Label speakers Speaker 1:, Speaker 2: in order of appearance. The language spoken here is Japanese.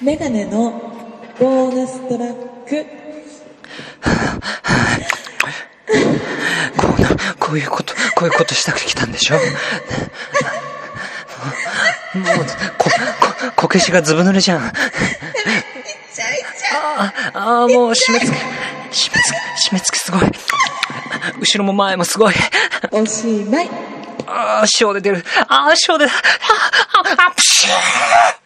Speaker 1: メガネのボーナストラック。
Speaker 2: こうな、こういうこと、こういうことしたくて来たんでしょもう、もうこ、こ、こけしがずぶ濡れじゃん。ああ、ああ、もう締め付け、締め付け、締め付けすごい。後ろも前もすごい。
Speaker 1: おしまい。
Speaker 2: ああ、塩で出る。ああ、塩で、ああ、ああ、プシュー